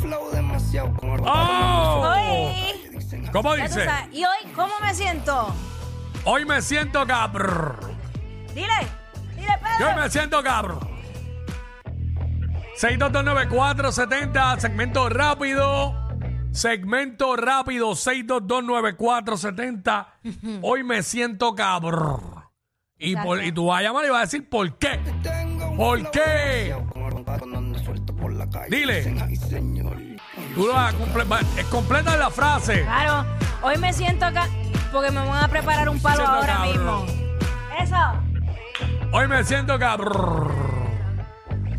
flow demasiado gordo. ¡Oh! Ay, dicen así. ¿Cómo Ya tú dice? sabes. ¿Y hoy cómo me siento? Hoy me siento cabrón. Dile, dile, Yo Pedro. me siento cabrón. 6229470, segmento rápido. Segmento rápido, 6229470. Hoy me siento cabrón. Y, por- Exacto. y tú vas a llamar y vas a decir por qué. Tengo un ¿Por flow qué? demasiado gordo, cuando ando suelto por la calle, Dile. dicen, "Ay, señor". Ay, Tú lo vas a comple- va- eh, completa la frase. Claro, hoy me siento acá porque me van a preparar un palo Siento ahora cabrón. mismo. Eso. Hoy me siento cabrón.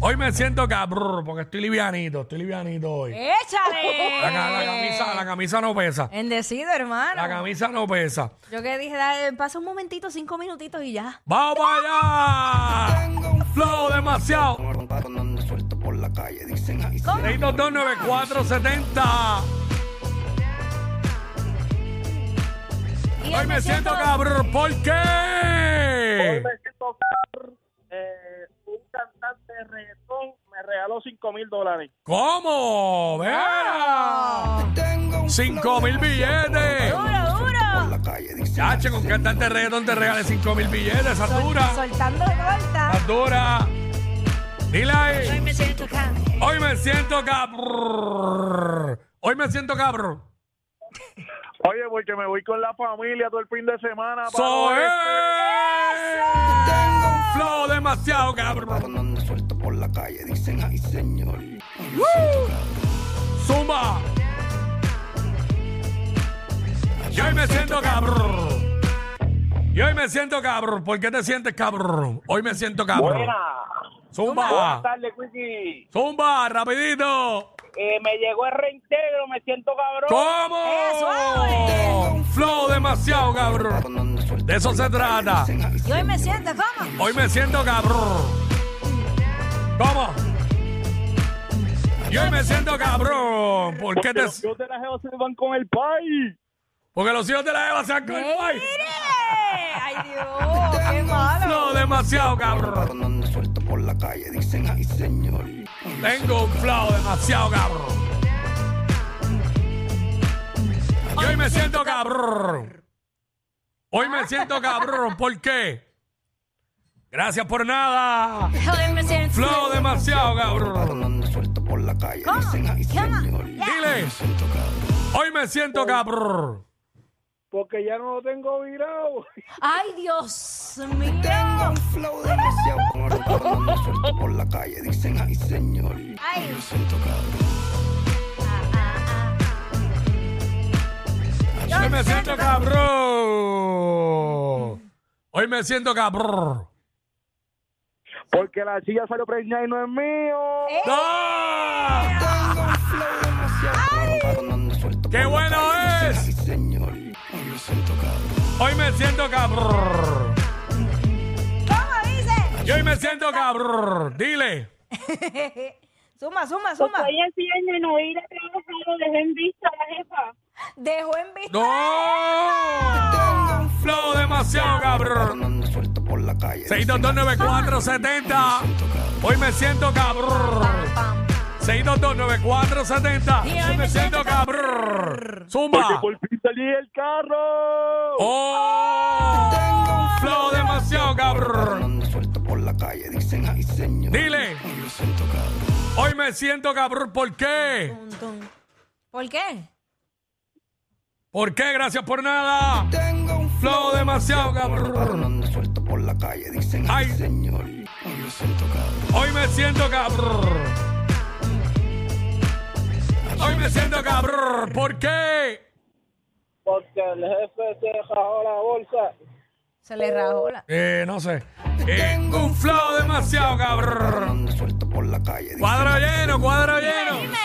Hoy me siento cabrón porque estoy livianito, estoy livianito hoy. ¡Échale! La, ca- la camisa, la camisa no pesa. Bendecido, La hermano. camisa no pesa. Yo que dije, dale, pasa un momentito, cinco minutitos y ya. ¡Vamos para allá! Tengo un ¡Flow demasiado! gordo, cuando ando suelto por la calle, dicen, "Ay, ¿Cómo? 6229470. Y Hoy me siento cabrón. ¿Por qué? me siento cabrón. este Eh, un cantante de reggaetón me regaló 5 mil dólares. ¿Cómo? ¡Vea! Tengo un ¡Cinco mil billetes! ¡Duro, duro! la calle, dice. Chacho, con cantante de reggaetón te regales cinco mil billetes. ¡Satura! Soltando corta. ¡Satura! Dile ahí. me siento cabrón. Hoy me siento cabrón. Hoy me siento cabrón. Oye, porque me voy con la familia todo el fin de semana. para ¡Soy! Tengo un ¡Flow demasiado cabrón! Cuando ando suelto por la calle, dicen, ay señor. ¡Zumba! Y hoy me siento cabrón. Y hoy me siento cabrón. ¿Por qué te sientes cabrón? Hoy me siento cabrón. Buena. Ah. Buenas ¡Zumba! tardes, Quickie. ¡Zumba! ¡Rapidito! Eh, me llegó el reintegro, me siento cabrón. ¿Cómo? ¡Flow demasiado cabrón! Cuando ando suelto De eso se trata. dicen, ay Y hoy me siento ¿cómo? Hoy me siento cabrón. ¿Cómo? Y hoy me siento cabrón. ¿Por qué te.? Yo te la se van con el país. Porque los hijos de la Eva se han ¡Mire! cogido. ¡Ay, Dios! ¡Qué malo! Flow demasiado cabrón. Cuando ando suelto por la calle, dicen, ay señor. Tengo un flow demasiado cabrón. Y hoy me siento cabrón. Hoy me siento cabrón. ¿Por qué? Gracias por nada. Hoy me siento Flow demasiado cabrón. Cuando ando suelto por la calle, ¿Cómo? dicen, ay ¿Qué más? señor. Dile. Hoy me siento cabrón. Porque ya no lo tengo virado. ¡Ay, Dios Tengo mío! un flow demasiado gordo, cuando ando suelto por la calle, dicen, ay señor. ¡Ay! Siento cabrón. ah, ah, Hoy me siento cabrón. Hoy me siento cabrón. Porque la chilla salió preñada y no es mío. ah. ¡Eh! ¡No! Tengo un flow demasiado gordo, cuando ando suelto ¡Ah! ¡Qué por la bueno calle, es! dicen, ay señor. Ay, siento cabrón. Hoy me siento cabrón. ¿Cómo dice? Y hoy me siento cabrón. Dile. Suma, suma, suma. Estoy haciendo no ir a trabajar, dejé en vista a la jefa. Dejó en vista. ¡No! Flow demasiado cabrón. Cuando ando suelto por la calle, dicen, 6229470. Hoy me siento cabrón. 6229470. Y hoy Hoy me siento cabrón. Zumba. fin salí el carro. ¡Oh! Flow demasiado Cuando cabrón. ando suelto por la calle, dicen, ay señor. Dile. Yo siento cabrón. Hoy me siento cabrón. ¿Por qué? Tum, tum. ¿Por qué? ¿Por qué? Gracias por nada. Tengo un Flow demasiado cabrón. Cuando ando suelto por la calle, dicen, ay, Ay. señor. Yo siento cabrón. Hoy me siento cabrón. Hoy me siento cabrón. ¿Por qué? Porque el jefe se dejó la bolsa. Se le rajó la. Eh, no sé. Tengo un flow demasiado Cuando cabrón. ando suelto por la calle, dicen, Cuadro lleno, cuadro lleno. Dime.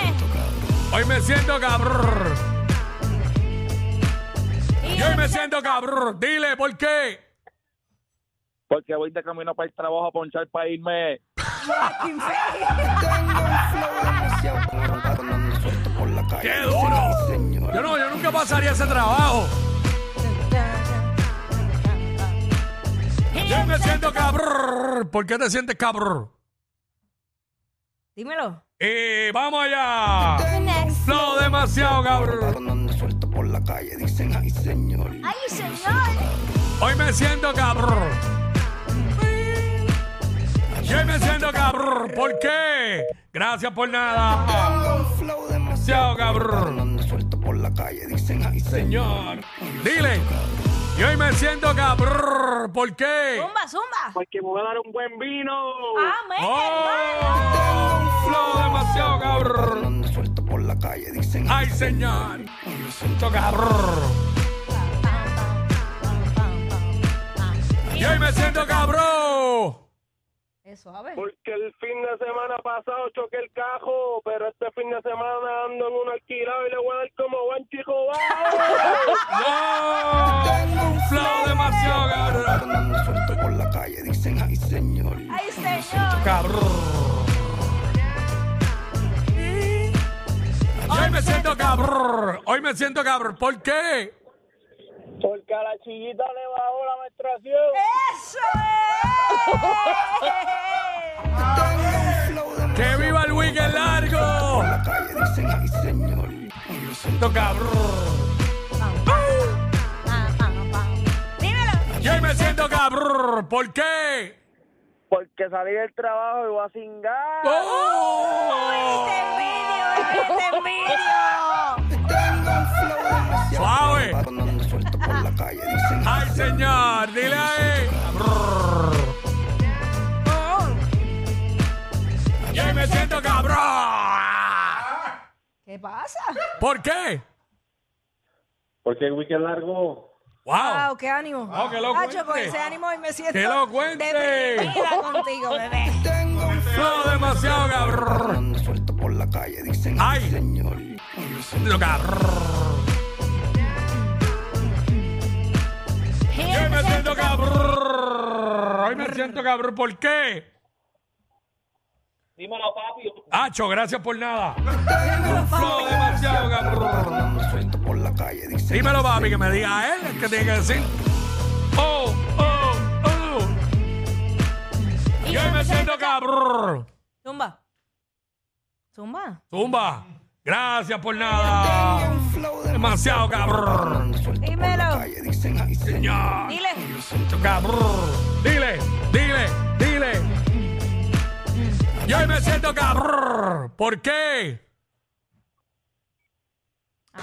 Hoy me siento cabrón. Y hoy me siento cabrón. Dile, ¿por qué? Porque voy de camino para el trabajo a ponchar para irme. Tengo un flow demasiado cabrón, cuando ando suelto por la calle. ¡Qué dicen, duro! ay, señor. Yo no, yo nunca pasaría ese trabajo. Y hoy me siento cabrón. ¿Por qué te sientes cabrón? Dímelo. Y Eh, vamos allá. Lo demasiado, cabrón. Cuando ando suelto por la calle dicen, ay señor. ¡Ay, señor! Hoy me siento cabrón. Y hoy me siento cabrón. ¿Por qué? Gracias por nada. Flow demasiado, cabrón. Cuando ando suelto por la calle dicen, ay señor. Dile. Y hoy me siento cabrón. ¿Por qué? Zumba, zumba. Porque me voy a dar un buen vino. Amén, hermano. ¡Oh! Flow demasiado Cuando cabrón. ando suelto por la calle dicen, ¡Ay, señor! Me siento cabrón. Y hoy me siento cabrón. Es suave. Porque el fin de semana pasado choqué el cajo, pero este fin de semana ando en un alquilado y le voy a dar como buen chico. ¡Wow! ¡No! Oh, Flow demasiado cabrón. Cuando ando suelto por la calle dicen, ay señor. ¡Ay, señor! Cabrón. Y hoy me siento cabrón. Hoy me siento cabrón. ¿Por qué? Porque a la chillita le bajó la menstruación. Eh. ¡Eso es! Flow demasiado, ¡Que viva el weekend largo! por la calle dicen, ay señor. Yo soy siento cabrón. ¡Dímelo! Y hoy me siento cabrón. ¿Por qué? Porque salí del trabajo y voy a cingar. ¡Oh! ¡Te envidio, te envidio! flow demasiado. Suave. Cuando ando suelto por la calle dicen, eh. ¡Ay, señor! ¡Dile ahí! Y hoy me siento cabrón. ¿Qué pasa? ¿Por qué? Porque el weekend largo. ¡Wow! Wow, qué ánimo. Wow, qué loco Hacho, con este. ese ánimo y me siento. ¡Qué elocuente! deprimida contigo, bebé. ¡Flow demasiado cabrón! Ando suelto por la calle, dicen Ay. ay señor. Lo cabrón. Y hoy me siento cabrón. Hoy me siento cabrón. ¿Por qué? Dímelo, papi. Hacho, gracias por nada. Flow demasiado cabrón. Ando suelto por la calle, dicen Dímelo, papi, que me diga él el que tiene que decir. Oh, oh, oh. Y hoy me siento cabrón. Zumba. Zumba. Zumba. Gracias por nada. flow de Demasiado cabrón. ando suelto por la Dímelo. calle, dicen ay señor. Señor. Dile. Siento cabrón. Dile, dile, dile. Y hoy me siento cabrón. ¿Por qué?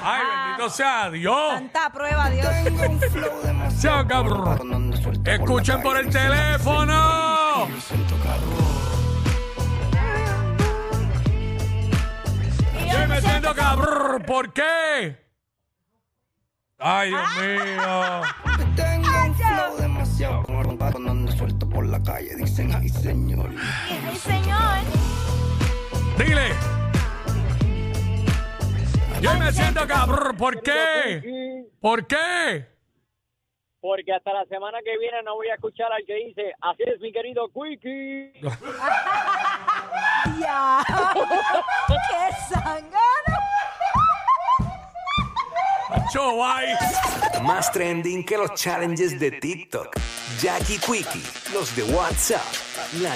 Ay, bendito sea Dios. Tanta prueba, Dios. Tengo un flow demasiado Sea cabrón. Cuando ando suelto por la Escuchen calle, por el dicen, ay, teléfono. siento cabrón. Yo me siento cabrón. ¿Por qué? Ay, Dios mío. Tengo un flow demasiado cabrón. Cuando ando suelto por la calle, dicen ay señor. ¡Ay, señor! Dile. Yo me siento cabrón. ¿Por qué? ¿Por qué? Porque hasta la semana que viene no voy a escuchar al que dice, así es mi querido Quickie. Ya. ¡Qué sangana! Cho, bye. Más trending que los challenges de TikTok. Jackie Quickie, los de WhatsApp